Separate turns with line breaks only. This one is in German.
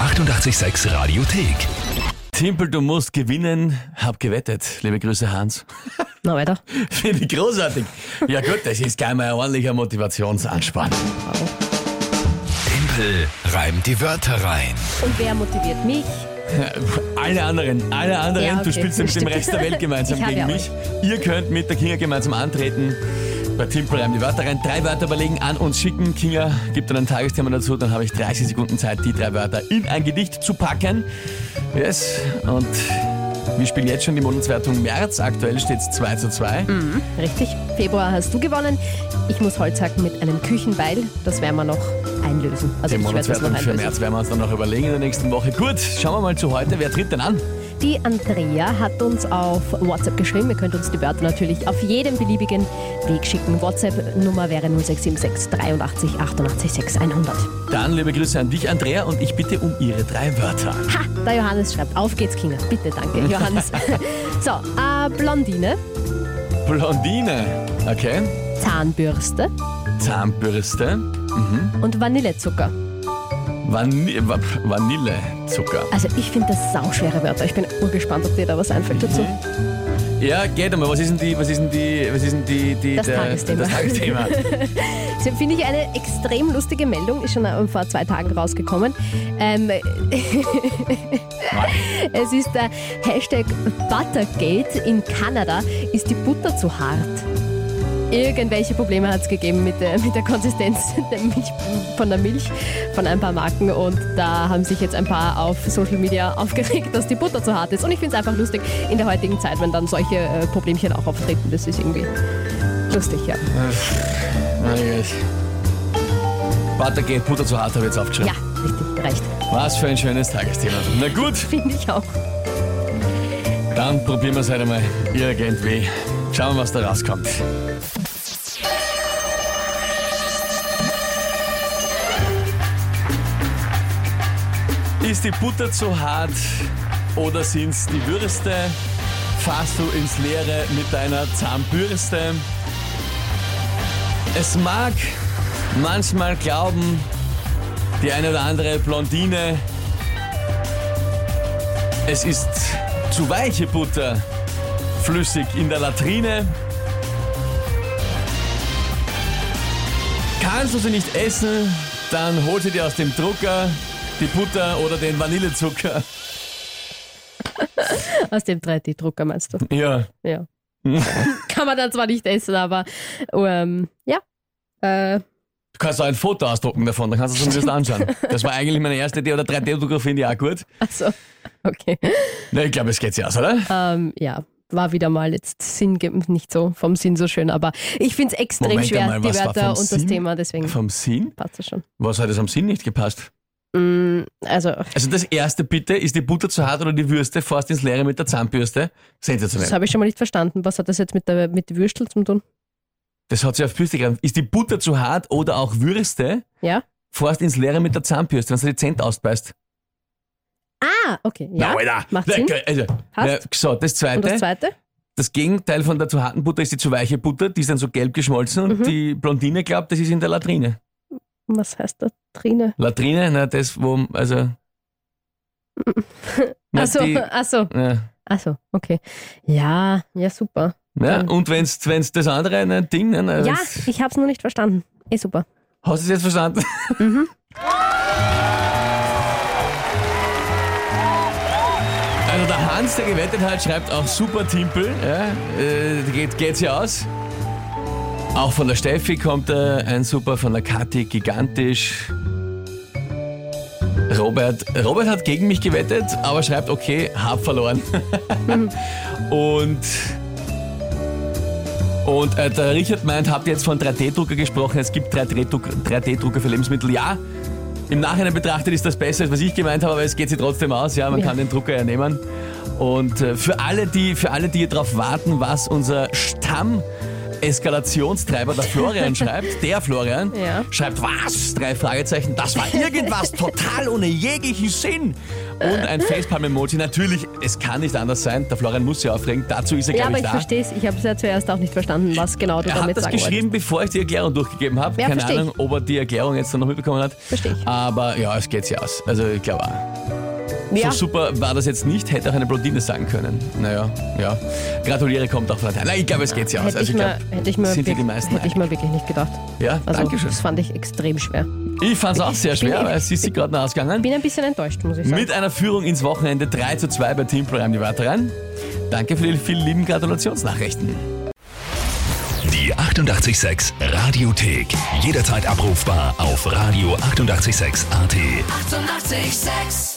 886 Radiothek.
Timpel, du musst gewinnen. Hab gewettet. Liebe Grüße, Hans.
Na weiter.
Finde ich großartig. Ja gut, das ist gleich mal ein ordentlicher Motivationsanspann.
Tempel reimt die Wörter rein.
Und wer motiviert mich?
Alle anderen, alle anderen,
Ja,
du
okay,
spielst ja mit dem
stimmt.
Rest der Welt gemeinsam
Ich hab
gegen
ja
mich. Ihr könnt mit der Kinga gemeinsam antreten. Bei Timpel reimt die Wörter rein. Drei Wörter überlegen, an uns schicken. Kinga gibt dann ein Tagesthema dazu. Dann habe ich 30 Sekunden Zeit, die drei Wörter in ein Gedicht zu packen. Yes, und... Wir spielen jetzt schon die Monatswertung März. Aktuell steht es 2 zu 2.
Richtig. Februar hast du gewonnen. Ich muss Holzhacken mit einem Küchenbeil. Das werden wir noch einlösen. Also
Den
ich werde das noch
Monatswertung für
einlösen.
März werden wir uns dann noch überlegen in der nächsten Woche. Gut, schauen wir mal zu heute. Wer tritt denn an?
Die Andrea hat uns auf WhatsApp geschrieben. Ihr könnt uns die Wörter natürlich auf jedem beliebigen Weg schicken. WhatsApp-Nummer wäre 0676 83 88 6100.
Dann liebe Grüße an dich, Andrea, und ich bitte um ihre drei Wörter.
Ha, der Johannes schreibt, auf geht's, Kinga. Bitte, danke, Johannes. so, äh, Blondine,
Blondine, okay.
Zahnbürste
Zahnbürste,
und Vanillezucker.
Vanille, Vanillezucker.
Also ich finde das sauschwere Wörter. Ich bin urgespannt, ob dir da was einfällt dazu.
Ja, geht einmal. Was ist denn die, was ist denn die, was ist denn die, die
Das Tagesthema.
Das Tagesthema.
Das finde ich eine extrem lustige Meldung, ist schon äh, vor zwei Tagen rausgekommen. Ähm, es ist der Hashtag Buttergate in Kanada. Ist die Butter zu hart? Irgendwelche Probleme hat es gegeben mit der, mit der Konsistenz der Milch, von der Milch von ein paar Marken und da haben sich jetzt ein paar auf Social Media aufgeregt, dass die Butter zu hart ist. Und ich finde es einfach lustig in der heutigen Zeit, wenn dann solche äh, Problemchen auch auftreten. Das ist irgendwie lustig, ja.
Eigentlich. Buttergate, Butter zu hart habe ich jetzt aufgeschrieben.
Ja, richtig, recht.
Was für ein schönes Tagesthema. Na gut,
Finde ich auch.
dann probieren wir es halt einmal irgendwie. Schauen wir, was da rauskommt. Ist die Butter zu hart oder sind's die Würste? Fahrst du ins Leere mit deiner Zahnbürste? Es mag manchmal glauben, die eine oder andere Blondine, es ist zu weiche Butter, flüssig in der Latrine. Kannst du sie nicht essen, dann hol sie dir aus dem Drucker die Butter oder den Vanillezucker.
Aus dem 3D-Drucker meinst du?
Ja.
Ja. Kann man dann zwar nicht essen, aber ähm, ja. Äh,
Du kannst auch ein Foto ausdrucken davon, dann kannst du es zumindest anschauen. Das war eigentlich meine erste Idee, oder 3D-Drucker finde ich auch gut.
also, okay.
Na, ich glaube, es geht sich aus, oder?
Ähm, ja. War wieder mal jetzt Sinn nicht so vom Sinn so schön, aber ich finde es extrem
Moment
schwer,
einmal,
die
was war vom
Wörter und das
Sinn?
Thema, deswegen
Vom Sinn?
passt es schon.
Was hat es am Sinn nicht gepasst?
Mm, also,
Also das erste bitte, ist die Butter zu hart oder die Würste? Fährst ins Leere mit der Zahnbürste? Sensationell.
das habe ich schon mal nicht verstanden. Was hat das jetzt mit der mit der Würstel zu tun?
Das hat sie auf Bürste gegeben. Ist die Butter zu hart oder auch Würste?
Ja?
Fährst ins Leere mit der Zahnbürste, wenn du die Zent ausbeißt.
Ah, okay. Ja.
Na, Alter.
Macht
Na,
Sinn.
ge- Also, na,
Passt.
so, das zweite.
Und das zweite?
Das Gegenteil von der zu harten Butter ist die zu weiche Butter, die ist dann so gelb geschmolzen
Mhm.
und die Blondine glaubt, das ist in der Latrine.
Was heißt da Trine?
Latrine, na, das, wo, also. na,
Achso,
die-
achso,
ja.
achso, okay. Ja, ja, super.
Ja,
Dann-
und wenn's, wenn's das andere, ne, Ding, ne, na,
Ja,
wenn's-
ich habe es nur nicht verstanden. Eh super.
Hast du es jetzt verstanden? Also der Hans, der gewettet hat, schreibt auch super Timpel. Ja, äh, geht, geht's ja aus. Auch von der Steffi kommt äh, ein super, von der Kathi gigantisch. Robert, Robert hat gegen mich gewettet, aber schreibt, okay, hab verloren. Und und äh, der Richard meint, habt ihr jetzt von 3D-Drucker gesprochen? Es gibt 3D-Druck- 3D-Drucker für Lebensmittel. Ja, im Nachhinein betrachtet ist das besser, als was ich gemeint habe, aber es geht sich trotzdem aus. Ja, man
Ja.
kann den Drucker ja nehmen. Und äh, für alle, die, für alle, die darauf warten, was unser Stamm Eskalationstreiber, der Florian schreibt, der Florian,
Ja.
schreibt was? Drei Fragezeichen, das war irgendwas total ohne jeglichen Sinn. und ein Facepalm-Emoji. Natürlich, es kann nicht anders sein. Der Florian muss ja aufregen. Dazu ist er,
Ja,
glaube
aber
ich, da.
ich verstehe es. Ich habe es ja zuerst auch nicht verstanden, was genau du
Er
damit
hat das
sagen wolltest.
geschrieben, bevor ich die Erklärung durchgegeben habe.
Ja,
Keine
verstehe
Ahnung, ob er die Erklärung jetzt dann noch mitbekommen hat.
Verstehe ich.
Aber ja, es geht sich aus. Also ich glaube auch.
Ja,
So super war das jetzt nicht, hätte auch eine Blondine sagen können. Naja, ja. Gratuliere kommt auch von der Nein, ich glaube, es geht sich aus.
hätte,
Also
ich
ich
mir,
glaube,
hätte, ich mir
sind die
wirklich,
die meisten
hätte ich mir wirklich nicht gedacht.
Ja,
Also,
danke schön.
das fand ich extrem schwer.
Ich fand es auch sehr
Ich bin
schwer,
eh-
weil sie ist gerade noch ausgegangen.
Bin ein bisschen enttäuscht, muss ich sagen.
Mit einer Führung ins Wochenende 3 zu 2 bei Team Programm die Wörter rein. Danke für die vielen lieben Gratulationsnachrichten.
Die 886 Radiothek. Jederzeit abrufbar auf radio886.at. 886!
886